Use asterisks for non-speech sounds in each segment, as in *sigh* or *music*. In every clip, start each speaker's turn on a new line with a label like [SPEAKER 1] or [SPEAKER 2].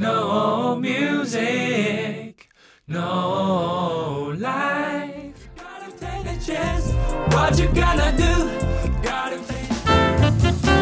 [SPEAKER 1] No music, no life. Gotta take a chance. What you gonna do? Gotta take.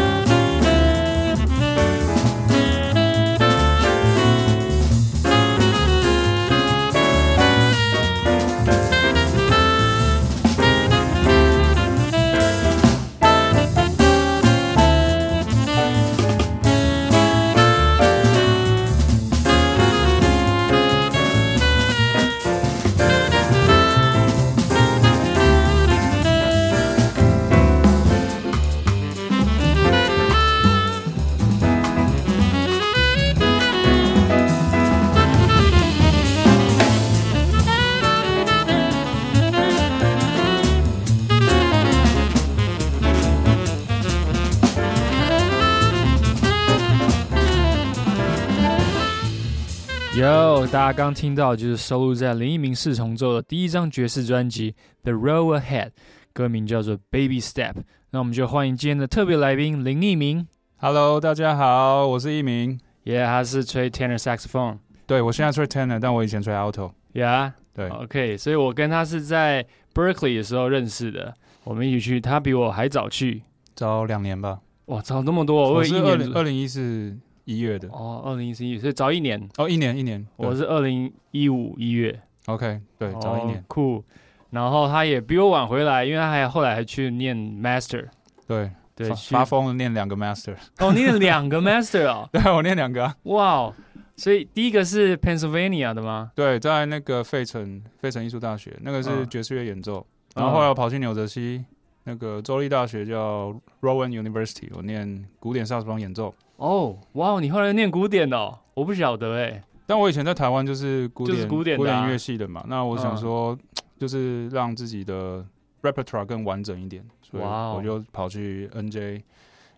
[SPEAKER 2] 有，大家刚听到就是收录在林一鸣四重奏的第一张爵士专辑《The Road Ahead》，歌名叫做《Baby Step》。那我们就欢迎今天的特别来宾林一鸣，
[SPEAKER 3] Hello，大家好，我是一鸣。
[SPEAKER 2] 耶、yeah,，他是吹 tenor saxophone，
[SPEAKER 3] 对我现在吹 tenor，但我以前吹 alto。
[SPEAKER 2] 耶、yeah,，
[SPEAKER 3] 对
[SPEAKER 2] OK，所以我跟他是在 Berkeley 的时候认识的，我们一起去，他比我还早去，
[SPEAKER 3] 早两年吧。
[SPEAKER 2] 哇，早那么多，
[SPEAKER 3] 我
[SPEAKER 2] 以
[SPEAKER 3] 是
[SPEAKER 2] 哦为一
[SPEAKER 3] 二
[SPEAKER 2] 年
[SPEAKER 3] 零二零一四一月的，
[SPEAKER 2] 哦，二零一一，所以早一年，
[SPEAKER 3] 哦，一年一年，对
[SPEAKER 2] 我是二零一五一月，
[SPEAKER 3] OK，对，早一
[SPEAKER 2] 哦
[SPEAKER 3] 年，
[SPEAKER 2] 酷。然后他也比我晚回来，因为他还后来还去念 master，
[SPEAKER 3] 对，
[SPEAKER 2] 对，
[SPEAKER 3] 发
[SPEAKER 2] 去
[SPEAKER 3] 发疯了念两个 master， *laughs*
[SPEAKER 2] 哦，念了两个 master 哦，
[SPEAKER 3] 对我念两个、啊，
[SPEAKER 2] 哇哦！所以第一个是 Pennsylvania 的吗？
[SPEAKER 3] 对，在那个费城费城艺术大学，那个是
[SPEAKER 2] 嗯
[SPEAKER 3] 爵士乐演奏，然后后来我跑去纽泽西。那个州立大学叫 Rowan University，我念古典萨克斯风演奏。
[SPEAKER 2] 哦，哇哦！你后来念古典的哦，我不晓得哎、
[SPEAKER 3] 但我以前在台湾就是古
[SPEAKER 2] 就是
[SPEAKER 3] 典
[SPEAKER 2] 古典的啊嗯
[SPEAKER 3] 音乐系的嘛，那我想说，就是让自己的 repertoire 更完整一点，所以
[SPEAKER 2] 哇哦
[SPEAKER 3] 我就跑去 NJ，因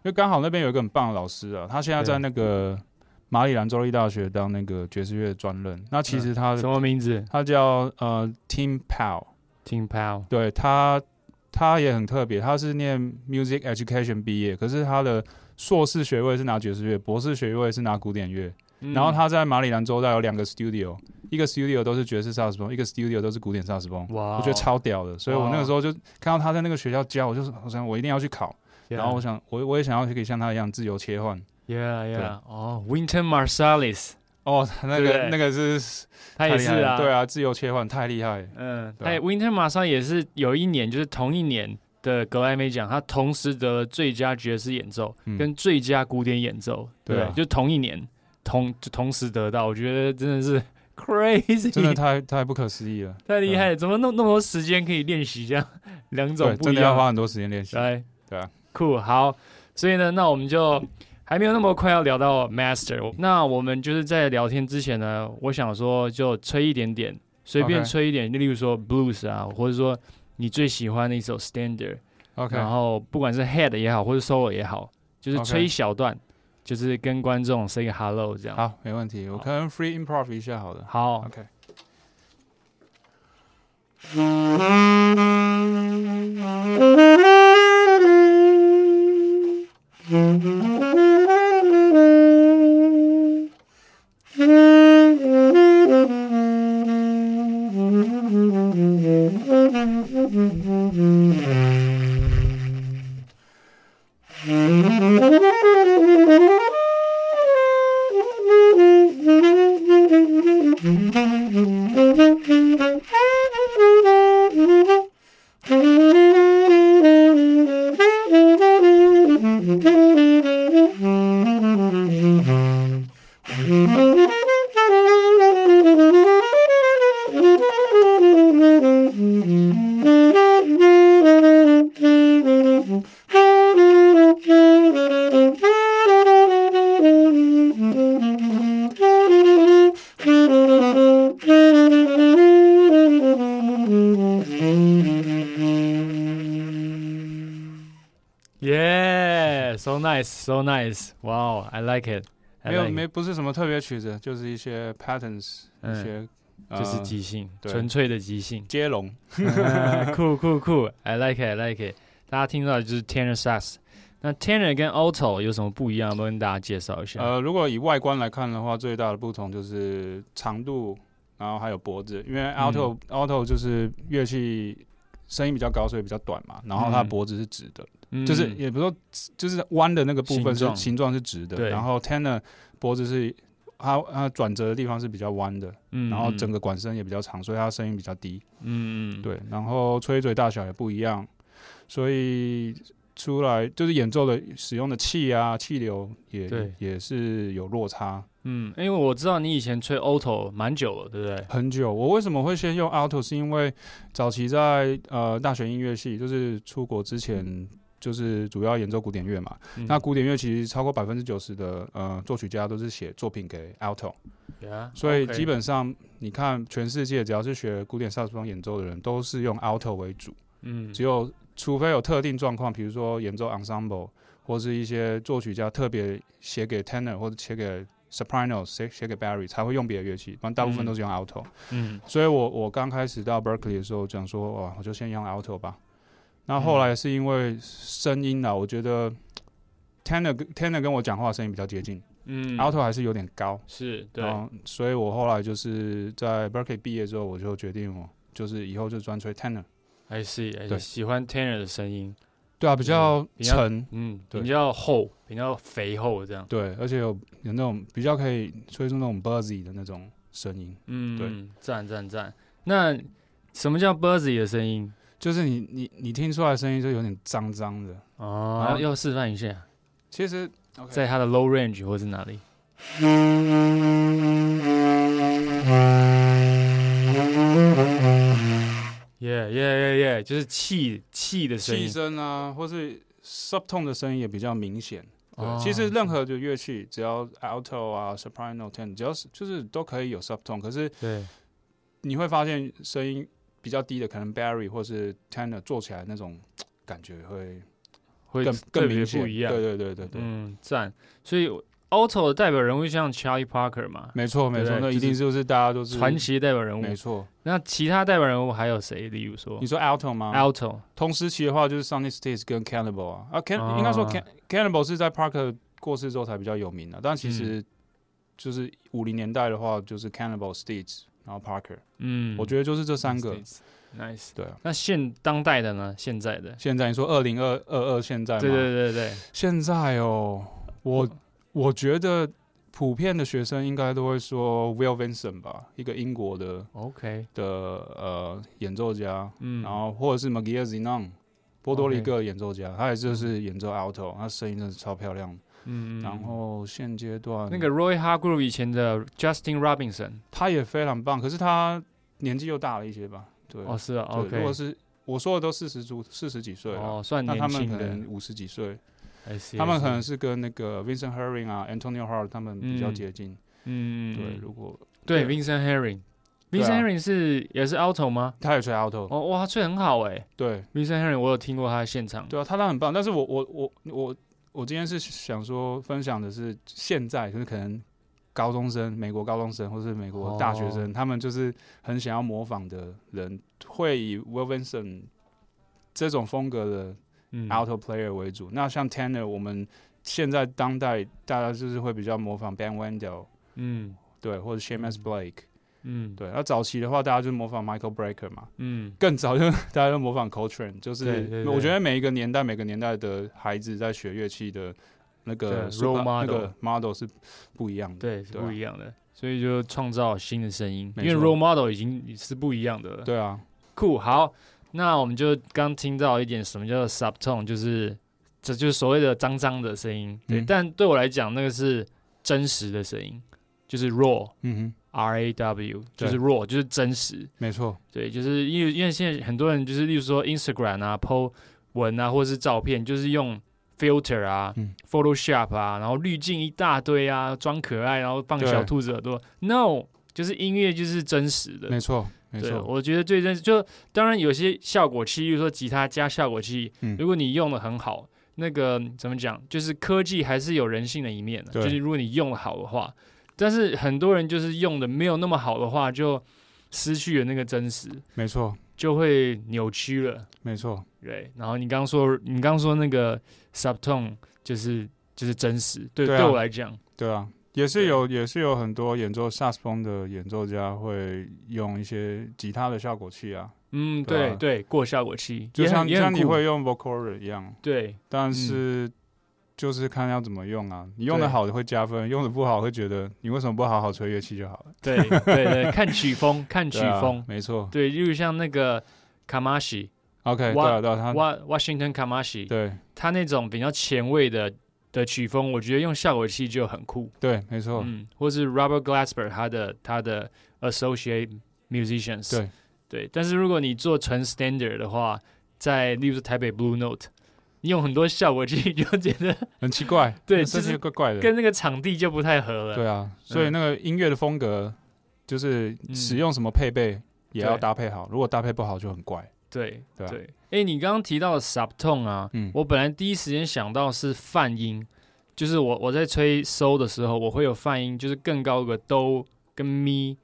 [SPEAKER 3] 为刚好那边有一个很棒的老师啊，他现在
[SPEAKER 2] 对
[SPEAKER 3] 在那个马里兰州立大学当那个爵士乐专任。那其实他、
[SPEAKER 2] 嗯什么名字
[SPEAKER 3] 他叫呃 Tim Powell，
[SPEAKER 2] ？Tim Powell。
[SPEAKER 3] 对他他也很特别，他是念 music education 毕业，可是他的硕士学位是拿爵士乐，博士学位是拿古典乐。
[SPEAKER 2] 嗯
[SPEAKER 3] 然后他在马里兰州大有两个 studio，一个 studio 都是爵士萨克斯风，一个 studio 都是古典萨克斯风，
[SPEAKER 2] 哇哦，
[SPEAKER 3] 我觉得超屌的。所以我那个时候就看到他在那个学校教，我就我想我一定要去考。
[SPEAKER 2] Yeah，
[SPEAKER 3] 然后我想我我也想要可以像他一样自由切换。
[SPEAKER 2] ，Yeah
[SPEAKER 3] 对
[SPEAKER 2] Yeah，哦，Winter Marsalis， *laughs*
[SPEAKER 3] 哦，那
[SPEAKER 2] 对不对
[SPEAKER 3] 个那个是
[SPEAKER 2] 他也是
[SPEAKER 3] 太厉害
[SPEAKER 2] 啊，
[SPEAKER 3] 了对，啊，自由切换太厉害了。
[SPEAKER 2] 嗯，
[SPEAKER 3] 对啊
[SPEAKER 2] 他也 Winter 马上也是有一年，就是同一年的格莱美奖，他同时得了最佳爵士演奏
[SPEAKER 3] 嗯
[SPEAKER 2] 跟最佳古典演奏，
[SPEAKER 3] 对啊
[SPEAKER 2] 就同一年同就同时得到，我觉得真的是 *laughs* crazy，
[SPEAKER 3] 真的太太不可思议了，
[SPEAKER 2] 太厉害了，怎么那么那么多时间可以练习这样两种
[SPEAKER 3] 嗯对，
[SPEAKER 2] 不
[SPEAKER 3] 真
[SPEAKER 2] 一
[SPEAKER 3] 的要
[SPEAKER 2] 样？
[SPEAKER 3] 花很多时间练习。
[SPEAKER 2] 来，
[SPEAKER 3] 对啊，
[SPEAKER 2] 酷，好，所以呢，那我们就还没有那么快要聊到 master，那我们就是在聊天之前呢，我想说就吹一点点，随便
[SPEAKER 3] OK
[SPEAKER 2] 吹一点例如说 blues 啊，或者说你最喜欢的一首 standard，、
[SPEAKER 3] OK，
[SPEAKER 2] 然后不管是 head 也好，或者 solo 也好，就是
[SPEAKER 3] OK
[SPEAKER 2] 吹一小段就是跟观众 say 个 hello 这样。
[SPEAKER 3] 好，没问题，我可能 free improv 一下好了。
[SPEAKER 2] 好
[SPEAKER 3] OK。
[SPEAKER 2] ，Yeah，so nice，so nice，wow，I like it，I
[SPEAKER 3] 没有
[SPEAKER 2] like it
[SPEAKER 3] 没不是什么特别曲子，就是一些 patterns，
[SPEAKER 2] 嗯
[SPEAKER 3] 一些呃
[SPEAKER 2] 就是即兴，
[SPEAKER 3] 对
[SPEAKER 2] 纯粹的即
[SPEAKER 3] *laughs*
[SPEAKER 2] 兴。
[SPEAKER 3] 接龙。
[SPEAKER 2] 酷酷酷，I like it，I like it。大家听到的就是 tenor sax 那 tenor 跟 alto 有什么不一样？要不要跟大家介绍一下？
[SPEAKER 3] 呃，如果以外观来看的话，最大的不同就是长度，然后还有脖子，因为
[SPEAKER 2] 嗯
[SPEAKER 3] alto、alto 就是乐器声音比较高，所以比较短嘛，然后它
[SPEAKER 2] 嗯
[SPEAKER 3] 脖子是直的，
[SPEAKER 2] 嗯
[SPEAKER 3] 就是也不是说就是弯的那个部分
[SPEAKER 2] 形
[SPEAKER 3] 是
[SPEAKER 2] 状
[SPEAKER 3] 形状是直的，
[SPEAKER 2] 对
[SPEAKER 3] 然后 tenor 脖子是它它转折的地方是比较弯的，
[SPEAKER 2] 嗯
[SPEAKER 3] 然后整
[SPEAKER 2] 个
[SPEAKER 3] 个管身也比较长，所以它声音比较低。
[SPEAKER 2] 嗯嗯
[SPEAKER 3] 对，然后吹嘴大小也不一样，所以出来就是演奏的使用的气啊、气流也
[SPEAKER 2] 对
[SPEAKER 3] 也是有落差。
[SPEAKER 2] 嗯，因为我知道你以前吹 alto 蛮久了，对不对？
[SPEAKER 3] 很久，我为什么会先用 alto？是因为早期在呃大学音乐系，就是出国之前，就是主要演奏古典乐嘛。
[SPEAKER 2] 嗯
[SPEAKER 3] 那古典乐其实超过百分之九十的呃作曲家都是写作品给 alto，
[SPEAKER 2] Yeah，
[SPEAKER 3] 所以
[SPEAKER 2] OK
[SPEAKER 3] 基本上你看全世界只要是学古典萨克斯风演奏的人，都是用 alto 为主。
[SPEAKER 2] 嗯
[SPEAKER 3] 只有除非有特定状况，比如说演奏 ensemble 或是一些作曲家特别写给 tenor 或者写给 soprano 写写给 Barry 才会用别的乐器，不然大部分
[SPEAKER 2] 嗯
[SPEAKER 3] 都是用 alto。
[SPEAKER 2] 嗯
[SPEAKER 3] 所以我我刚开始到 Berkeley 的时候讲说，哦哇，我就先用 alto 吧。那后来是因为声音啊，我觉得 tenor 跟 tenor 跟我讲话声音比较接近、
[SPEAKER 2] 嗯
[SPEAKER 3] a l t o 还是有点高。
[SPEAKER 2] 是对，
[SPEAKER 3] 然后，所以我后来就是在 Berkeley 毕业之后，我就决定我就是以后就专吹 tenor。
[SPEAKER 2] I see，, I see
[SPEAKER 3] 对
[SPEAKER 2] 喜欢 tenor 的声音，
[SPEAKER 3] 对啊，比较
[SPEAKER 2] 比较
[SPEAKER 3] 沉，
[SPEAKER 2] 嗯，
[SPEAKER 3] 对
[SPEAKER 2] 比较厚，比较肥厚这样，
[SPEAKER 3] 对，而且有有那种比较可以吹出那种 buzzy 的那种声音，
[SPEAKER 2] 嗯，
[SPEAKER 3] 对
[SPEAKER 2] 嗯，赞赞赞。那什么叫 buzzy 的声音？
[SPEAKER 3] 就是你你你听出来的声音就有点脏脏的。然
[SPEAKER 2] 哦
[SPEAKER 3] 后，
[SPEAKER 2] 要示范一下，
[SPEAKER 3] 其实 OK
[SPEAKER 2] 在它的 low range 或是哪里？耶耶耶耶，就是气气的声
[SPEAKER 3] 气
[SPEAKER 2] 音。
[SPEAKER 3] 声啊，或是 subtone 的声音也比较明显。对，
[SPEAKER 2] 哦
[SPEAKER 3] 其实任何的乐器，只要 alto 啊、soprano、tenor，只要是就是都可以有 subtone。可是
[SPEAKER 2] 对，
[SPEAKER 3] 你会发现声音比较低的，可能 barry 或是 tenor 做起来那种感觉会
[SPEAKER 2] 会
[SPEAKER 3] 更
[SPEAKER 2] 特
[SPEAKER 3] 更
[SPEAKER 2] 别
[SPEAKER 3] 明显。
[SPEAKER 2] 不一样。
[SPEAKER 3] 对对对对对，
[SPEAKER 2] 嗯，赞。所以 Auto 的代表人物像 Charlie Parker 嘛，
[SPEAKER 3] 没错没错，
[SPEAKER 2] 对
[SPEAKER 3] 那一
[SPEAKER 2] 就是
[SPEAKER 3] 定就是大家都是
[SPEAKER 2] 传。奇代表人
[SPEAKER 3] 没
[SPEAKER 2] 物。
[SPEAKER 3] 错，
[SPEAKER 2] 那其他代表人物还有谁？例如说
[SPEAKER 3] 你说啊 alto 吗
[SPEAKER 2] Auto，
[SPEAKER 3] 同时期的话，就是 Sunny States 跟 Cannibal 啊，啊，Can、
[SPEAKER 2] 哦
[SPEAKER 3] 应该说 Can Cannibal 是在 Parker 过世之后才比较有名的、但其
[SPEAKER 2] 嗯
[SPEAKER 3] 实就是五零年代的话，就是 Cannibal States，然后 Parker，、
[SPEAKER 2] 嗯，
[SPEAKER 3] 我觉得就是这三个。
[SPEAKER 2] nice。
[SPEAKER 3] 对啊，
[SPEAKER 2] 那现当代的呢？现在的，
[SPEAKER 3] 现在你说二零二二二现在吗？
[SPEAKER 2] 对对对对，
[SPEAKER 3] 现在哦，我我觉得普遍的学生应该都会说 Will Vincent 吧，一个英国的
[SPEAKER 2] OK，
[SPEAKER 3] 的呃演奏家，
[SPEAKER 2] 嗯，
[SPEAKER 3] 然后或者是 Magia Zinon，波多黎各演奏家，他也就是演奏 alto，他声音真的超漂亮的。
[SPEAKER 2] 嗯，嗯
[SPEAKER 3] 然后现阶段
[SPEAKER 2] 那个 Roy Hargrove 以前的 Justin Robinson，
[SPEAKER 3] 他也非常棒，可是他年纪又大了一些吧？对，
[SPEAKER 2] 哦是啊
[SPEAKER 3] 对如
[SPEAKER 2] ，OK，
[SPEAKER 3] 果是我说的都四十出四十几岁了，
[SPEAKER 2] 哦算
[SPEAKER 3] 那他
[SPEAKER 2] 年
[SPEAKER 3] 们
[SPEAKER 2] 轻
[SPEAKER 3] 可
[SPEAKER 2] 的
[SPEAKER 3] 能五十几岁，
[SPEAKER 2] I see，I see，
[SPEAKER 3] 他们可能是跟那个 Vincent Herring 啊、Antonio Hart 他们比较
[SPEAKER 2] 嗯
[SPEAKER 3] 接近。
[SPEAKER 2] 嗯，嗯
[SPEAKER 3] 对，
[SPEAKER 2] 嗯
[SPEAKER 3] 如果
[SPEAKER 2] 对
[SPEAKER 3] 对啊
[SPEAKER 2] Vincent Herring，Vincent
[SPEAKER 3] 对啊
[SPEAKER 2] Herring 是也是 Auto 吗？
[SPEAKER 3] 他也吹 alto，
[SPEAKER 2] 哦哇，他吹很好哎
[SPEAKER 3] 对
[SPEAKER 2] ，Vincent Herring 我有听过他的现场，
[SPEAKER 3] 对啊，他他很棒。但是我我我我我今天是想说分享的是现在，就是可能。高中生，美国高中生或是美国大学生，他们就是很想要模仿的人，会以 Will Vincent 这种风格的
[SPEAKER 2] 嗯
[SPEAKER 3] alto player 为主。那像 tenor，我们现在当代大家就是会比较模仿 Ben Wendell，
[SPEAKER 2] 嗯
[SPEAKER 3] 对，或者 Shamus Blake，
[SPEAKER 2] 嗯，
[SPEAKER 3] 对。那早期的话，大家就模仿 Michael Breaker 嘛，
[SPEAKER 2] 嗯
[SPEAKER 3] 更早就大家就模仿 Coltrane，就是 *laughs*
[SPEAKER 2] 对对对
[SPEAKER 3] 我觉得每一个年代每个年代的孩子在学乐器的那
[SPEAKER 2] 对 role
[SPEAKER 3] 个 super- 那
[SPEAKER 2] model
[SPEAKER 3] 个 model 是不一样的。
[SPEAKER 2] 对，是
[SPEAKER 3] 对啊
[SPEAKER 2] 不一样的，所以就创造新的声音，因
[SPEAKER 3] 没
[SPEAKER 2] 为
[SPEAKER 3] 错
[SPEAKER 2] role model 已经是不一样的了。
[SPEAKER 3] 对啊，
[SPEAKER 2] 酷，好，那我们就刚听到一点什么叫做 subtone，就是这就是所谓的脏脏的声音，对，
[SPEAKER 3] 嗯
[SPEAKER 2] 但对我来讲，那个是真实的声音，就是 raw。
[SPEAKER 3] 嗯哼，
[SPEAKER 2] R A W 就
[SPEAKER 3] 对
[SPEAKER 2] 是 raw，就是真实，
[SPEAKER 3] 没错，
[SPEAKER 2] 对，就是因为因为现在很多人就是，例如说 Instagram 啊、po 文啊，或者是照片，就是用 filter 啊、
[SPEAKER 3] 嗯
[SPEAKER 2] Photoshop 啊，然后滤镜一大堆啊，装可爱，然后放
[SPEAKER 3] 对
[SPEAKER 2] 小兔子耳朵。No，就是音乐就是真实的
[SPEAKER 3] 没。错，没
[SPEAKER 2] 对，啊
[SPEAKER 3] 错，
[SPEAKER 2] 我觉得最真实就当然有些效果器，例如说吉他加效果器，
[SPEAKER 3] 嗯
[SPEAKER 2] 如果你用的很好，那个怎么讲，就是科技还是有人性的一面的、
[SPEAKER 3] 对
[SPEAKER 2] 就是如果你用的好的话，但是很多人就是用的没有那么好的话，就失去了那个真实，
[SPEAKER 3] 没错，
[SPEAKER 2] 就会扭曲了。
[SPEAKER 3] 没错，
[SPEAKER 2] 对，然后你刚说，你刚说那个 subtone 就是就是真实，对，
[SPEAKER 3] 对啊
[SPEAKER 2] 对我来讲，
[SPEAKER 3] 对啊，也是有，也是有很多演奏萨克斯风的演奏家会用一些吉他的效果器啊，
[SPEAKER 2] 嗯，
[SPEAKER 3] 对
[SPEAKER 2] 对
[SPEAKER 3] 啊
[SPEAKER 2] 对，过效果器，
[SPEAKER 3] 就
[SPEAKER 2] 也很
[SPEAKER 3] 像
[SPEAKER 2] 也很
[SPEAKER 3] 像你
[SPEAKER 2] 酷
[SPEAKER 3] 会用 vocoder 一样，
[SPEAKER 2] 对，
[SPEAKER 3] 但是就是看要怎么用啊。你用的
[SPEAKER 2] 对
[SPEAKER 3] 好的会加分，用的不好会觉得你为什么不好好吹乐器就好了。
[SPEAKER 2] 对对对，看曲风，看曲
[SPEAKER 3] 对啊
[SPEAKER 2] 风，
[SPEAKER 3] 没错。
[SPEAKER 2] 对，例如像那个 Kamashi
[SPEAKER 3] OK，对
[SPEAKER 2] 哇
[SPEAKER 3] 啊，对啊，他
[SPEAKER 2] Wa Washington Kamashi，
[SPEAKER 3] 对
[SPEAKER 2] 他那种比较前卫的的曲风，我觉得用效果器就很酷。
[SPEAKER 3] 对，没错，
[SPEAKER 2] 嗯，或是 Robert Glasper 他的他的 Associate Musicians，
[SPEAKER 3] 对
[SPEAKER 2] 对。但是如果你做纯 Standard 的话，在例如说台北 Blue Note，你用很多效果器就觉得
[SPEAKER 3] 很奇怪，
[SPEAKER 2] *laughs* 对
[SPEAKER 3] 这
[SPEAKER 2] 就是
[SPEAKER 3] 些怪怪的，
[SPEAKER 2] 跟那个场地就不太合了。
[SPEAKER 3] 对啊，所以那个音乐的风格就是
[SPEAKER 2] 嗯
[SPEAKER 3] 使用什么配备也要
[SPEAKER 2] 对
[SPEAKER 3] 搭配好，如果搭配不好就很怪。
[SPEAKER 2] 对
[SPEAKER 3] 对啊
[SPEAKER 2] 对。哎、你刚刚提到的 subtone 啊，
[SPEAKER 3] 嗯，
[SPEAKER 2] 我本来第一时间想到是泛音，就是我我在吹收的时候，我会有泛音，就是更高个哆跟咪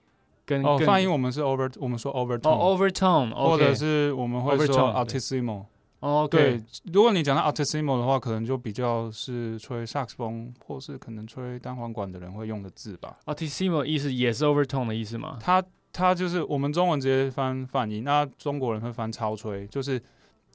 [SPEAKER 2] 跟
[SPEAKER 3] 哦，
[SPEAKER 2] 更
[SPEAKER 3] 发音我们是 over，我们说 overtone，
[SPEAKER 2] 哦 overtone，
[SPEAKER 3] 或者是我们会说
[SPEAKER 2] Overtone，对
[SPEAKER 3] altissimo。
[SPEAKER 2] 哦
[SPEAKER 3] 对，如果你讲到 altissimo 的话，可能就比较是吹萨克斯风或是可能吹单簧管的人会用的字吧。
[SPEAKER 2] 哦 altissimo 意思 E 也是 overtone 的意思吗？
[SPEAKER 3] 它它就是我们中文直接翻泛音，那中国人会翻超吹，就是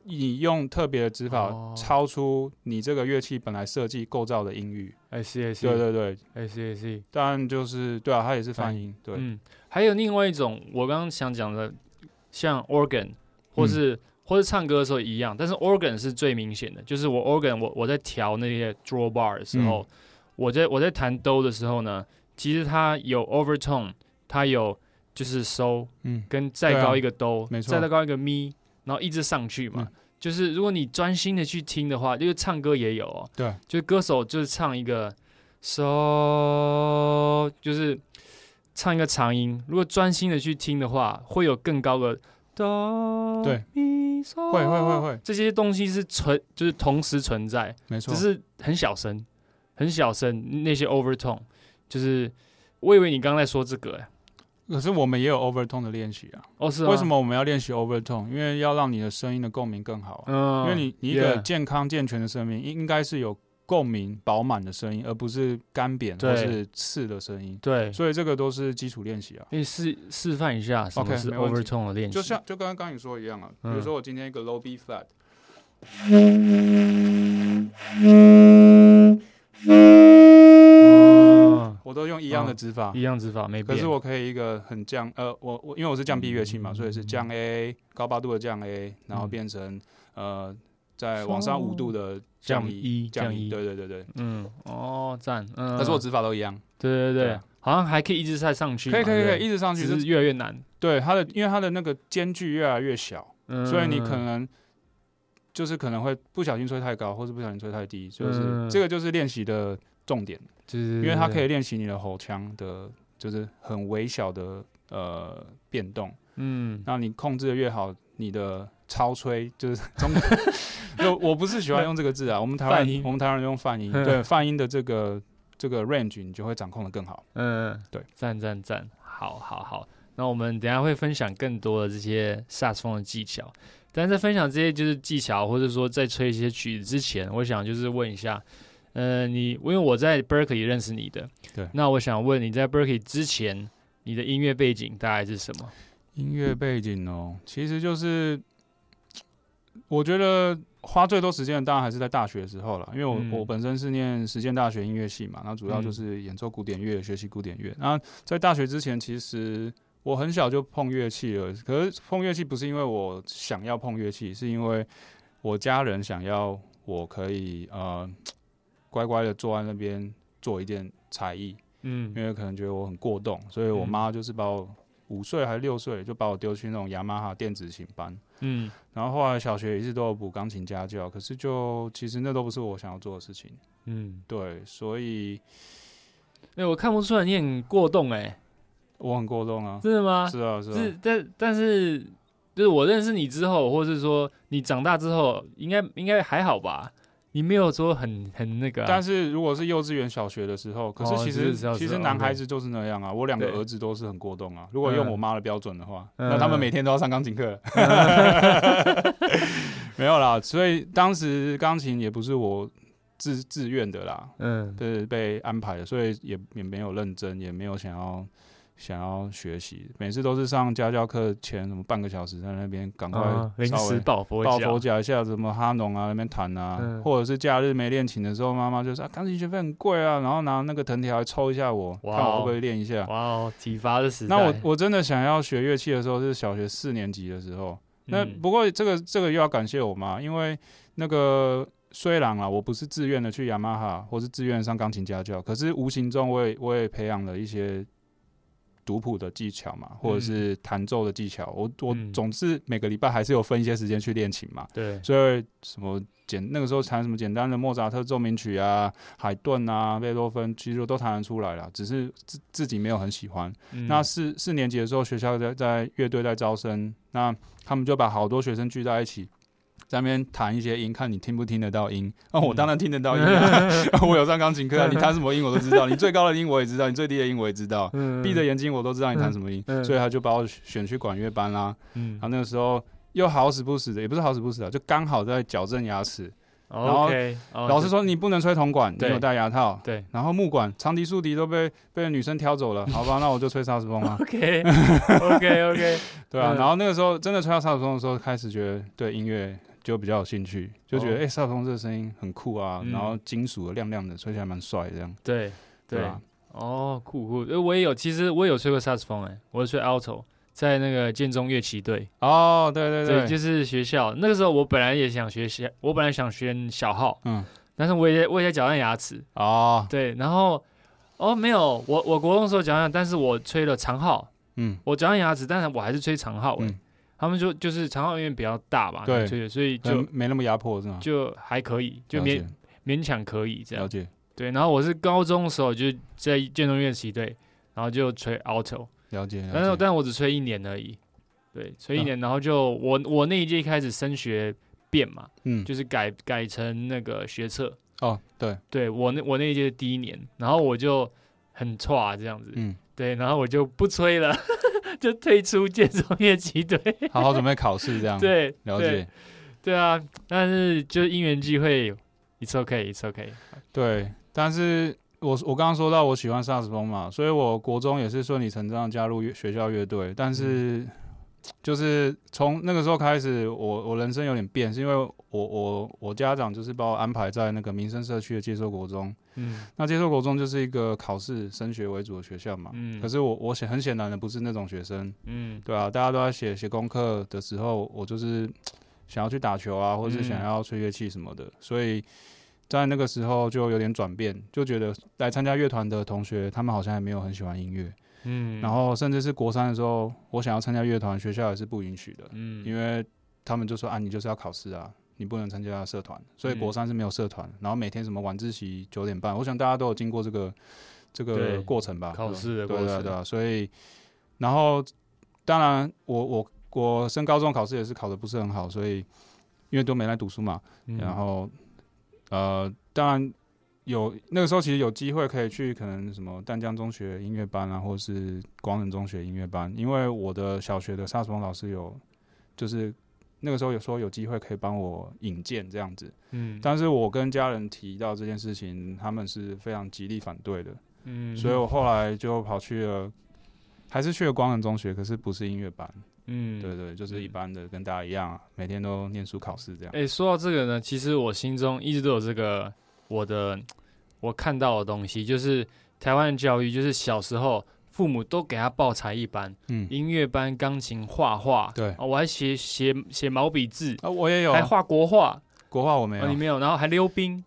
[SPEAKER 3] 你用特别的指
[SPEAKER 2] 哦
[SPEAKER 3] 法超出你这个乐器本来设计构造的音域。
[SPEAKER 2] I see I see，
[SPEAKER 3] 对对对，
[SPEAKER 2] i see I see。
[SPEAKER 3] 但就是对啊，它也是泛音，对，
[SPEAKER 2] 嗯，还有另外一种，我刚刚想讲的，像 organ
[SPEAKER 3] 嗯
[SPEAKER 2] 或是、或是唱歌的时候一样，但是 organ 是最明显的，就是我 organ 我我在调那些 draw bar 的时
[SPEAKER 3] 嗯
[SPEAKER 2] 候，我在我在弹哆的时候呢，其实它有 overtone，它有就是收，
[SPEAKER 3] 嗯，
[SPEAKER 2] 跟再高一个哆、
[SPEAKER 3] 没错
[SPEAKER 2] 再高一个咪，然后一直上去嘛。
[SPEAKER 3] 嗯
[SPEAKER 2] 就是如果你专心的去听的话，因为唱歌也有哦，
[SPEAKER 3] 对，
[SPEAKER 2] 就是歌手就是唱一个 so，就是唱一个长音。如果专心的去听的话，会有更高的哆，
[SPEAKER 3] 对，
[SPEAKER 2] 咪嗦，
[SPEAKER 3] 会会会会，
[SPEAKER 2] 这些东西是存，就是同时存在，
[SPEAKER 3] 没错
[SPEAKER 2] 只，是很小声，很小声，那些 overtone，就是我以为你刚才说这个、欸，
[SPEAKER 3] 可是我们也有 overtone 的练习啊。
[SPEAKER 2] 哦是、啊、
[SPEAKER 3] 为什？么我们要练习 overtone？因为要让你的声音的共鸣更好
[SPEAKER 2] 嗯，
[SPEAKER 3] 啊、因为你你一个
[SPEAKER 2] yeah
[SPEAKER 3] 健康健全的生命，应应该是有共鸣饱满的声音，而不是干扁
[SPEAKER 2] 对
[SPEAKER 3] 或是刺的声音。
[SPEAKER 2] 对，
[SPEAKER 3] 所以这个都是基础练习啊。
[SPEAKER 2] 可以示示范一下什么
[SPEAKER 3] OK，
[SPEAKER 2] 是
[SPEAKER 3] 没问题
[SPEAKER 2] overtone 的练习，
[SPEAKER 3] 就像就刚刚刚你说的一样啊，比
[SPEAKER 2] 嗯
[SPEAKER 3] 如说我今天一个 low B flat，
[SPEAKER 2] 哦
[SPEAKER 3] 我都用一样的指法
[SPEAKER 2] 一，样指法没
[SPEAKER 3] 可
[SPEAKER 2] 变。
[SPEAKER 3] 是我可以一个很降，呃，我我因为我是
[SPEAKER 2] 嗯
[SPEAKER 3] 降 B 乐器嘛，所以是降 A 高八度的降 A，然
[SPEAKER 2] 嗯
[SPEAKER 3] 后
[SPEAKER 2] 哦
[SPEAKER 3] 变成呃再往上五度的
[SPEAKER 2] 降
[SPEAKER 3] 一
[SPEAKER 2] 一
[SPEAKER 3] 降 E，
[SPEAKER 2] 降一
[SPEAKER 3] 对对对对，
[SPEAKER 2] 嗯哦赞，嗯，
[SPEAKER 3] 但是我指法都一样，
[SPEAKER 2] 对对
[SPEAKER 3] 对
[SPEAKER 2] 对
[SPEAKER 3] 啊，
[SPEAKER 2] 好像还可以一直在上去嘛，
[SPEAKER 3] 可以可以可
[SPEAKER 2] 对
[SPEAKER 3] 以
[SPEAKER 2] 不对
[SPEAKER 3] 一直上去，
[SPEAKER 2] 只
[SPEAKER 3] 就是
[SPEAKER 2] 越来越难，
[SPEAKER 3] 对它的，因为它的那个间距越来越小，
[SPEAKER 2] 嗯
[SPEAKER 3] 所以你可能就是可能会不小心吹太高，或是不小心吹太低，就是
[SPEAKER 2] 嗯
[SPEAKER 3] 这个就是练习的重点，
[SPEAKER 2] 就是
[SPEAKER 3] 因为它可以练习你的喉腔的，就是很微小的呃变动。
[SPEAKER 2] 嗯
[SPEAKER 3] 那你控制的越好，你的超吹就是中 *laughs* 国。就我不是喜欢用这个字啊，我们台湾
[SPEAKER 2] 泛音
[SPEAKER 3] 我们台湾人
[SPEAKER 2] *laughs*
[SPEAKER 3] 用泛音，对泛音的这个这个 range 你就会掌控的更好。
[SPEAKER 2] 嗯
[SPEAKER 3] 对，
[SPEAKER 2] 赞赞赞，好好好。那我们等一下会分享更多的这些萨克斯风的技巧，但是在分享这些就是技巧，或者说在吹一些曲子之前，我想就是问一下，呃，你因为我在 Berkeley 认识你的，
[SPEAKER 3] 对
[SPEAKER 2] 那我想问你在 Berkeley 之前，你的音乐背景大概是什么？
[SPEAKER 3] 音乐背景哦，其实就是我觉得花最多时间的当然还是在大学的时候了，因为我、
[SPEAKER 2] 嗯
[SPEAKER 3] 我本身是念实践大学音乐系嘛，那主要就是演奏古典乐、学习古典乐。那在大学之前，其实我很小就碰乐器了，可是碰乐器不是因为我想要碰乐器，是因为我家人想要我可以呃乖乖的坐在那边做一件才艺，
[SPEAKER 2] 嗯
[SPEAKER 3] 因为可能觉得我很过动，所以我
[SPEAKER 2] 嗯
[SPEAKER 3] 妈就是把我五岁还是六岁就把我丢去那种雅马哈电子琴班，
[SPEAKER 2] 嗯
[SPEAKER 3] 然后后来小学也是都有补钢琴家教，可是就其实那都不是我想要做的事情，
[SPEAKER 2] 嗯，
[SPEAKER 3] 对，所以
[SPEAKER 2] 哎、我看不出来你很过动哎、
[SPEAKER 3] 我很过动啊，
[SPEAKER 2] 真的吗？
[SPEAKER 3] 是啊是
[SPEAKER 2] 是
[SPEAKER 3] 啊，，
[SPEAKER 2] 但但是就是我认识你之后，或是说你长大之后，应该应该还好吧？你没有说很很那个、啊
[SPEAKER 3] 但，是如果是幼稚园、小学的时候，可
[SPEAKER 2] 哦
[SPEAKER 3] 是其
[SPEAKER 2] 是
[SPEAKER 3] 实
[SPEAKER 2] 是是
[SPEAKER 3] 其实
[SPEAKER 2] 哦
[SPEAKER 3] 男
[SPEAKER 2] 对
[SPEAKER 3] 孩子就是那样啊。我两个
[SPEAKER 2] 对
[SPEAKER 3] 儿子都是很过动啊。如果用
[SPEAKER 2] 嗯
[SPEAKER 3] 我妈的标准的话，
[SPEAKER 2] 嗯
[SPEAKER 3] 那他们每天都要上钢
[SPEAKER 2] *laughs*
[SPEAKER 3] 琴课。 *laughs* 没有啦，所以当时钢琴也不是我自自愿的啦，
[SPEAKER 2] 嗯，
[SPEAKER 3] 是被安排的，所以也也没有认真，也没有想要想要学习，每次都是上家教课前什么半个小时在那边赶快
[SPEAKER 2] 啊，临
[SPEAKER 3] 稍
[SPEAKER 2] 时
[SPEAKER 3] 微
[SPEAKER 2] 抱佛
[SPEAKER 3] 抱
[SPEAKER 2] 脚
[SPEAKER 3] 佛脚一下，什么哈农啊那边弹啊，
[SPEAKER 2] 嗯
[SPEAKER 3] 或者是假日没练琴的时候，妈妈就说啊钢琴学费很贵啊，然后拿那个藤条来抽一下我，
[SPEAKER 2] 哇哦
[SPEAKER 3] 看我会不会练一下。
[SPEAKER 2] 哇哦，体罚的时代。
[SPEAKER 3] 那我我真的想要学乐器的时候是小学四年级的时候，那
[SPEAKER 2] 嗯
[SPEAKER 3] 不过这个这个又要感谢我妈，因为那个虽然啊，我不是自愿的去雅马哈，或是自愿上钢琴家教，可是无形中我也我也培养了一些读谱的技巧嘛，或者是弹奏的技巧。我我
[SPEAKER 2] 嗯
[SPEAKER 3] 总是每个礼拜还是有分一些时间去练琴嘛，
[SPEAKER 2] 对，
[SPEAKER 3] 所以什么简那个时候弹什么简单的莫扎特奏鸣曲啊、海顿啊、贝多芬，其实我都弹得出来了，只是自自己没有很喜欢。
[SPEAKER 2] 嗯
[SPEAKER 3] 那四四年级的时候，学校在在乐队在招生，那他们就把好多学生聚在一起，在那边弹一些音，看你听不听得到音。哦，
[SPEAKER 2] 嗯
[SPEAKER 3] 我当然听得到
[SPEAKER 2] *laughs*
[SPEAKER 3] 音、啊，我有上钢琴课、啊，你弹什么音我都知道，你最高的音我也知道，你最低的音我也知道，
[SPEAKER 2] 嗯
[SPEAKER 3] 闭着，眼睛我都知道你弹什么音，
[SPEAKER 2] 嗯嗯
[SPEAKER 3] 所以他就把我选去管乐班啦。
[SPEAKER 2] 嗯
[SPEAKER 3] 然后那个时候。又好死不死的，也不是好死不死啊，就刚好在矫正牙齿。
[SPEAKER 2] 然
[SPEAKER 3] 后老
[SPEAKER 2] 老
[SPEAKER 3] 师说你不能吹铜管，你
[SPEAKER 2] 哦对
[SPEAKER 3] 有戴牙套。
[SPEAKER 2] 对
[SPEAKER 3] 然后木管、长笛、竖笛都被被女生挑走了，好吧，那我就吹萨克斯风啊。
[SPEAKER 2] *laughs* ，OK
[SPEAKER 3] *laughs*
[SPEAKER 2] OK OK，
[SPEAKER 3] 对啊，
[SPEAKER 2] 嗯
[SPEAKER 3] 然后那个时候真的吹到萨克斯风的时候，开始觉得对音乐就比较有兴趣，就觉得
[SPEAKER 2] 哦
[SPEAKER 3] 哎、诶萨克斯风这个声音很酷啊，
[SPEAKER 2] 嗯
[SPEAKER 3] 然后金属的亮亮的，吹起来蛮帅这样，
[SPEAKER 2] 对
[SPEAKER 3] 对啊
[SPEAKER 2] 对
[SPEAKER 3] 吧、，
[SPEAKER 2] 哦，酷酷，呃我也有，其实我也有吹过萨克斯风，哎，我有吹 alto，在那个建中乐器队，
[SPEAKER 3] 哦，对对
[SPEAKER 2] 对，
[SPEAKER 3] 对，
[SPEAKER 2] 就是学校那个时候，我本来也想学小，我本来想学小号，
[SPEAKER 3] 嗯，
[SPEAKER 2] 但是我也我也在矫正牙齿，
[SPEAKER 3] 哦，
[SPEAKER 2] 对，然后哦没有，我我国中的时候矫正，但是我吹了长号，
[SPEAKER 3] 嗯，
[SPEAKER 2] 我矫正牙齿，但是我还是吹长号，哎
[SPEAKER 3] 嗯，
[SPEAKER 2] 他们就就是长号因为比较大吧，
[SPEAKER 3] 对
[SPEAKER 2] 吹的，所以
[SPEAKER 3] 就
[SPEAKER 2] 就
[SPEAKER 3] 没那么压迫是吗？
[SPEAKER 2] 就还可以，就
[SPEAKER 3] 了
[SPEAKER 2] 勉
[SPEAKER 3] 解
[SPEAKER 2] 勉强可以这样
[SPEAKER 3] 了。解
[SPEAKER 2] 对，然后我是高中的时候就在建中乐器队，然后就吹 alto，
[SPEAKER 3] 了解，嗯
[SPEAKER 2] 但是
[SPEAKER 3] 了解
[SPEAKER 2] 但我只吹一年而已，对，吹一年，然后就我我那一届开始升学变嘛，
[SPEAKER 3] 嗯，
[SPEAKER 2] 就是改改成那个学测，
[SPEAKER 3] 哦，对，
[SPEAKER 2] 对我那我那一届第一年，然后我就很差这样子，
[SPEAKER 3] 嗯，
[SPEAKER 2] *laughs* 对，然后我就不吹了， *laughs* 就退出建中乐器队，
[SPEAKER 3] 好好准备考试这样，，
[SPEAKER 2] 对，
[SPEAKER 3] 嗯了
[SPEAKER 2] 对
[SPEAKER 3] 解，
[SPEAKER 2] 对啊，但是就因缘际会，it's okay，it's okay，
[SPEAKER 3] 对，但是。我我刚刚说到我喜欢萨克斯风嘛，所以我国中也是顺理成章地加入乐学校乐队，但是
[SPEAKER 2] 嗯
[SPEAKER 3] 就是从那个时候开始，我我人生有点变，是因为我我我家长就是把我安排在那个民生社区的接受国中，
[SPEAKER 2] 嗯
[SPEAKER 3] 那接受国中就是一个考试升学为主的学校嘛。
[SPEAKER 2] 嗯，
[SPEAKER 3] 可是我我显很显然的不是那种学生，
[SPEAKER 2] 嗯
[SPEAKER 3] 对啊，大家都在写写功课的时候，我就是想要去打球啊，或是
[SPEAKER 2] 嗯
[SPEAKER 3] 想要吹乐器什么的，所以在那个时候就有点转变，就觉得来参加乐团的同学，他们好像也没有很喜欢音乐，
[SPEAKER 2] 嗯，
[SPEAKER 3] 然后甚至是国三的时候，我想要参加乐团，学校也是不允许的，
[SPEAKER 2] 嗯
[SPEAKER 3] 因为他们就说啊，你就是要考试啊，你不能参加社团，所以
[SPEAKER 2] 嗯
[SPEAKER 3] 国三是没有社团。然后每天什么晚自习九点半，我想大家都有经过这个这
[SPEAKER 2] 对
[SPEAKER 3] 个过程吧，
[SPEAKER 2] 考
[SPEAKER 3] 对吧
[SPEAKER 2] 试的
[SPEAKER 3] 对
[SPEAKER 2] 过
[SPEAKER 3] 对
[SPEAKER 2] 程
[SPEAKER 3] 啊对啊，所以然后当然我我我升高中考试也是考的不是很好，所以因为都没来读书嘛，
[SPEAKER 2] 嗯
[SPEAKER 3] 然后呃，当然有那个时候其实有机会可以去可能什么淡江中学音乐班啊，或是广仁中学音乐班，因为我的小学的萨克斯风老师有就是。那个时候有说有机会可以帮我引荐这样子，
[SPEAKER 2] 嗯
[SPEAKER 3] 但是我跟家人提到这件事情，他们是非常极力反对的，
[SPEAKER 2] 嗯
[SPEAKER 3] 所以我后来就跑去了，还是去了光仁中学，可是不是音乐班，
[SPEAKER 2] 嗯
[SPEAKER 3] 对对，就是一
[SPEAKER 2] 嗯
[SPEAKER 3] 般的跟大家一样啊，每天都念书考试这样。
[SPEAKER 2] 哎、说到这个呢，其实我心中一直都有这个我的我看到的东西，就是台湾的教育，就是小时候父母都给他报才艺班、
[SPEAKER 3] 嗯，
[SPEAKER 2] 音乐班、钢琴、画画，
[SPEAKER 3] 对
[SPEAKER 2] 哦，我还写写写毛笔字，
[SPEAKER 3] 啊，我也有
[SPEAKER 2] 还画国画，
[SPEAKER 3] 国画，我没
[SPEAKER 2] 哦，你
[SPEAKER 3] 有，哦
[SPEAKER 2] 没有，然后还溜冰。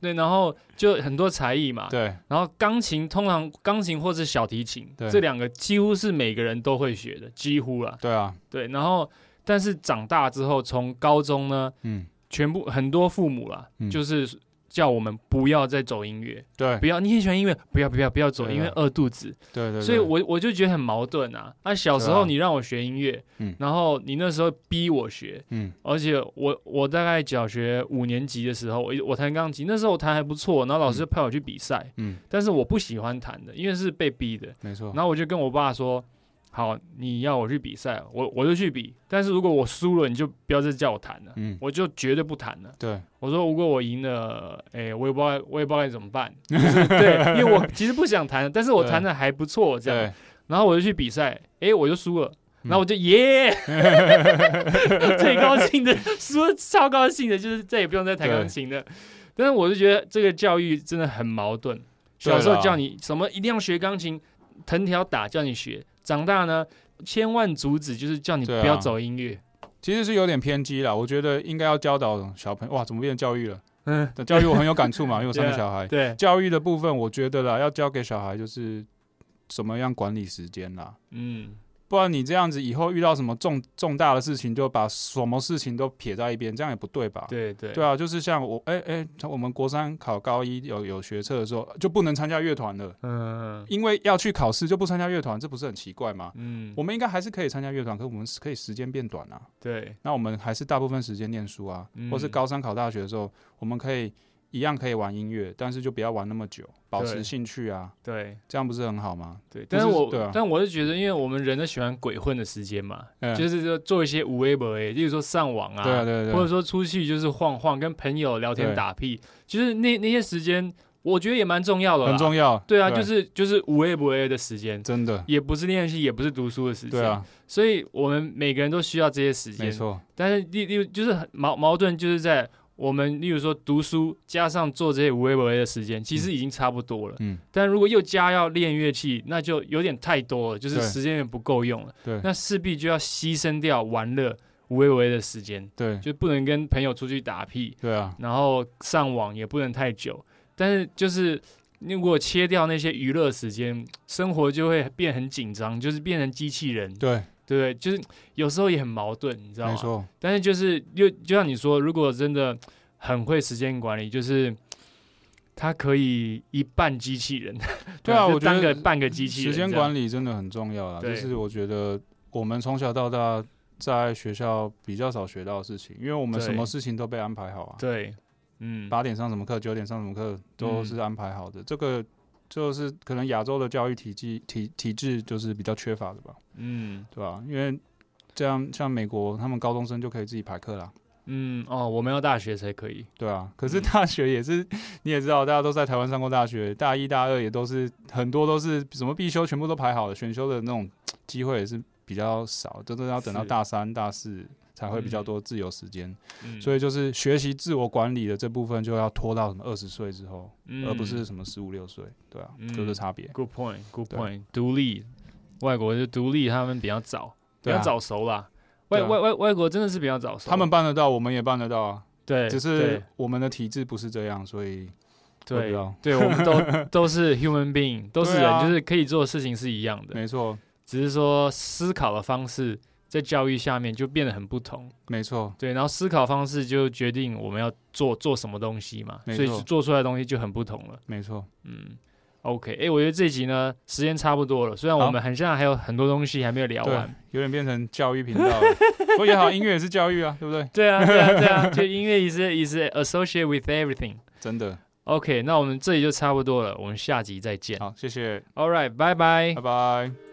[SPEAKER 2] 对，然后就很多才艺嘛，
[SPEAKER 3] 对
[SPEAKER 2] 然后钢琴通常钢琴或是小提琴
[SPEAKER 3] 对
[SPEAKER 2] 这两个几乎是每个人都会学的，几乎啦。
[SPEAKER 3] 对啊，
[SPEAKER 2] 对，然后但是长大之后，从高中呢，
[SPEAKER 3] 嗯
[SPEAKER 2] 全部很多父母啦，
[SPEAKER 3] 嗯
[SPEAKER 2] 就是叫我们不要再走音乐，
[SPEAKER 3] 对
[SPEAKER 2] 不要你很喜欢音乐，不要不要不要走
[SPEAKER 3] 对啊
[SPEAKER 2] 音乐饿肚子，
[SPEAKER 3] 对对，
[SPEAKER 2] 所以我我就觉得很矛盾啊。那小时
[SPEAKER 3] 对
[SPEAKER 2] 候
[SPEAKER 3] 啊
[SPEAKER 2] 你让我学音乐
[SPEAKER 3] 嗯，
[SPEAKER 2] 然后你那时候逼我学，
[SPEAKER 3] 嗯
[SPEAKER 2] 而且我我大概小学五年级的时候，我我弹钢琴，那时候我弹还不错，然后老师就派我去比赛，
[SPEAKER 3] 嗯，
[SPEAKER 2] 但是我不喜欢弹的，因为是被逼的。
[SPEAKER 3] 没错，
[SPEAKER 2] 然后我就跟我爸说：“好，你要我去比赛，我我就去比。但是如果我输了，你就不要再叫我弹了，
[SPEAKER 3] 嗯，
[SPEAKER 2] 我就绝对不弹了。
[SPEAKER 3] 对，”
[SPEAKER 2] 我说：“如果我赢了，哎、我也不知道，我也不知道该怎么
[SPEAKER 3] *laughs*
[SPEAKER 2] 办。就是对，因为我其实不想弹，但是我弹的还不错，这样。
[SPEAKER 3] 对，
[SPEAKER 2] 然后我就去比赛，哎、我就输了。”
[SPEAKER 3] 嗯
[SPEAKER 2] 然后我就
[SPEAKER 3] *laughs*
[SPEAKER 2] 耶，最高兴的，输了超高兴的，就是再也不用再弹钢琴了。但是我就觉得这个教育真的很矛盾。
[SPEAKER 3] 对啦
[SPEAKER 2] 小时候叫你什么一定要学钢琴，藤条打叫你学，长大呢千万阻止，就是叫你不
[SPEAKER 3] 对啊
[SPEAKER 2] 要走音乐。
[SPEAKER 3] 其实是有点偏激啦。我觉得应该要教导小朋友，哇，怎么变成教育了？
[SPEAKER 2] 嗯，
[SPEAKER 3] 但教育我很有感触嘛，
[SPEAKER 2] *laughs*
[SPEAKER 3] 因为我三个
[SPEAKER 2] 对啊
[SPEAKER 3] 小孩。
[SPEAKER 2] 对，
[SPEAKER 3] 教育的部分，我觉得啦，要教给小孩就是怎么样管理时间啦。
[SPEAKER 2] 嗯，
[SPEAKER 3] 不然你这样子以后遇到什么重重大的事情，就把什么事情都撇在一边，这样也不对吧？
[SPEAKER 2] 对对
[SPEAKER 3] 对啊，就是像我，哎、哎、我们国三考高一有有学测的时候，就不能参加乐团了，
[SPEAKER 2] 嗯
[SPEAKER 3] 因为要去考试就不参加乐团，这不是很奇怪吗？
[SPEAKER 2] 嗯，
[SPEAKER 3] 我们应该还是可以参加乐团，可我们可以时间变短啊。
[SPEAKER 2] 对
[SPEAKER 3] 那我们还是大部分时间念书啊，
[SPEAKER 2] 嗯
[SPEAKER 3] 或是高三考大学的时候，我们可以一样可以玩音乐，但是就不要玩那么久，保持
[SPEAKER 2] 对
[SPEAKER 3] 兴趣啊，
[SPEAKER 2] 对
[SPEAKER 3] 这样不是很好吗？
[SPEAKER 2] 对，
[SPEAKER 3] 不是
[SPEAKER 2] 但是我
[SPEAKER 3] 对啊
[SPEAKER 2] 但我是觉得，因为我们人都喜欢鬼混的时间嘛，
[SPEAKER 3] 嗯
[SPEAKER 2] 就是说做一些无微不微，例如说上网
[SPEAKER 3] 对啊，对啊对啊，
[SPEAKER 2] 或者说出去就是晃晃，跟朋友聊天
[SPEAKER 3] 对
[SPEAKER 2] 打屁，就是那那些时间，我觉得也蛮重要的啦。
[SPEAKER 3] 很重要。
[SPEAKER 2] 对啊，就是就是无微不微的时间，
[SPEAKER 3] 真的，
[SPEAKER 2] 也不是练习，也不是读书的时间。
[SPEAKER 3] 对，啊，
[SPEAKER 2] 所以我们每个人都需要这些时间。
[SPEAKER 3] 没错，
[SPEAKER 2] 但是例例如就是很矛矛盾，就是在我们例如说读书加上做这些无微不微的时间，其实已经差不多了。
[SPEAKER 3] 嗯，
[SPEAKER 2] 但如果又加要练乐器，那就有点太多了，就是
[SPEAKER 3] 对
[SPEAKER 2] 时间也不够用了。
[SPEAKER 3] 对
[SPEAKER 2] 那势必就要牺牲掉玩乐无微不微的时间。
[SPEAKER 3] 对
[SPEAKER 2] 就不能跟朋友出去打屁，
[SPEAKER 3] 对啊，
[SPEAKER 2] 然后上网也不能太久。但是就是如果切掉那些娱乐时间，生活就会变很紧张，就是变成机器人，对
[SPEAKER 3] 对，
[SPEAKER 2] 不对？就是有时候也很矛盾，你知道
[SPEAKER 3] 没
[SPEAKER 2] 吗？
[SPEAKER 3] 错，
[SPEAKER 2] 但是就是又就像你说，如果真的很会时间管理，就是。他可以一半机器人，
[SPEAKER 3] 对啊
[SPEAKER 2] 就
[SPEAKER 3] 我觉得
[SPEAKER 2] 当个半个机器人
[SPEAKER 3] 时
[SPEAKER 2] 这样。
[SPEAKER 3] 间管理真的很重要啊。
[SPEAKER 2] 对
[SPEAKER 3] 就是我觉得我们从小到大在学校比较少学到的事情，因为我们
[SPEAKER 2] 对
[SPEAKER 3] 什么事情都被安排好啊，
[SPEAKER 2] 对，嗯，
[SPEAKER 3] 八点上什么课，九点上什么课都是安排好的。这个就是可能亚洲的教育体系体体制就是比较缺乏的吧，
[SPEAKER 2] 嗯
[SPEAKER 3] 对吧、因为这样像美国，他们高中生就可以自己排课啦。
[SPEAKER 2] 嗯，哦，我们要大学才可以，
[SPEAKER 3] 对啊，可是
[SPEAKER 2] 嗯
[SPEAKER 3] 大学也是，你也知道，大家都在台湾上过大学，大一、大二也都是很多都是什么必修全部都排好了，选修的那种机会也是比较少，真的要等到
[SPEAKER 2] 是
[SPEAKER 3] 大三、大四才会比较
[SPEAKER 2] 嗯
[SPEAKER 3] 多自由时间。
[SPEAKER 2] 嗯、
[SPEAKER 3] 所以就是学习自我管理的这部分，就要拖到什么二十岁之后，
[SPEAKER 2] 以
[SPEAKER 3] 而不是什么十五六岁，对啊，
[SPEAKER 2] 嗯
[SPEAKER 3] 就是差别。
[SPEAKER 2] Good point, good
[SPEAKER 3] 对
[SPEAKER 2] point。独立，外国就独立，他们比较早，比
[SPEAKER 3] 对啊
[SPEAKER 2] 较早熟啦。
[SPEAKER 3] 对
[SPEAKER 2] 外
[SPEAKER 3] 啊
[SPEAKER 2] 外外外国真的是比较早熟，
[SPEAKER 3] 他们办得到，我们也办得到啊，
[SPEAKER 2] 对，
[SPEAKER 3] 只
[SPEAKER 2] 对
[SPEAKER 3] 是我们的体制不是这样，所以我不知
[SPEAKER 2] 对
[SPEAKER 3] 道
[SPEAKER 2] 对，我们都都是 human being，都
[SPEAKER 3] *laughs*
[SPEAKER 2] 是
[SPEAKER 3] 对啊
[SPEAKER 2] 人，就是可以做的事情是一样的，
[SPEAKER 3] 没错，
[SPEAKER 2] 只是说思考的方式在教育下面就变得很不同。
[SPEAKER 3] 没错，
[SPEAKER 2] 对，然后思考方式就决定我们要做做什么东西嘛，
[SPEAKER 3] 没
[SPEAKER 2] 所以
[SPEAKER 3] 错
[SPEAKER 2] 做出来的东西就很不同了。
[SPEAKER 3] 没错。
[SPEAKER 2] 嗯，OK，哎、我觉得这集呢时间差不多了，虽然
[SPEAKER 3] 好
[SPEAKER 2] 我们很像还有很多东西还没有聊
[SPEAKER 3] 对
[SPEAKER 2] 完。，
[SPEAKER 3] 有点变成教育频道了，不过也好，音乐也是教育啊，对不对？
[SPEAKER 2] 对啊，对啊，对啊，就音乐 is is associate with everything。
[SPEAKER 3] 真的，
[SPEAKER 2] OK，那我们这里就差不多了，我们下集再见。
[SPEAKER 3] 好，谢谢，
[SPEAKER 2] All right，拜拜
[SPEAKER 3] 拜。拜。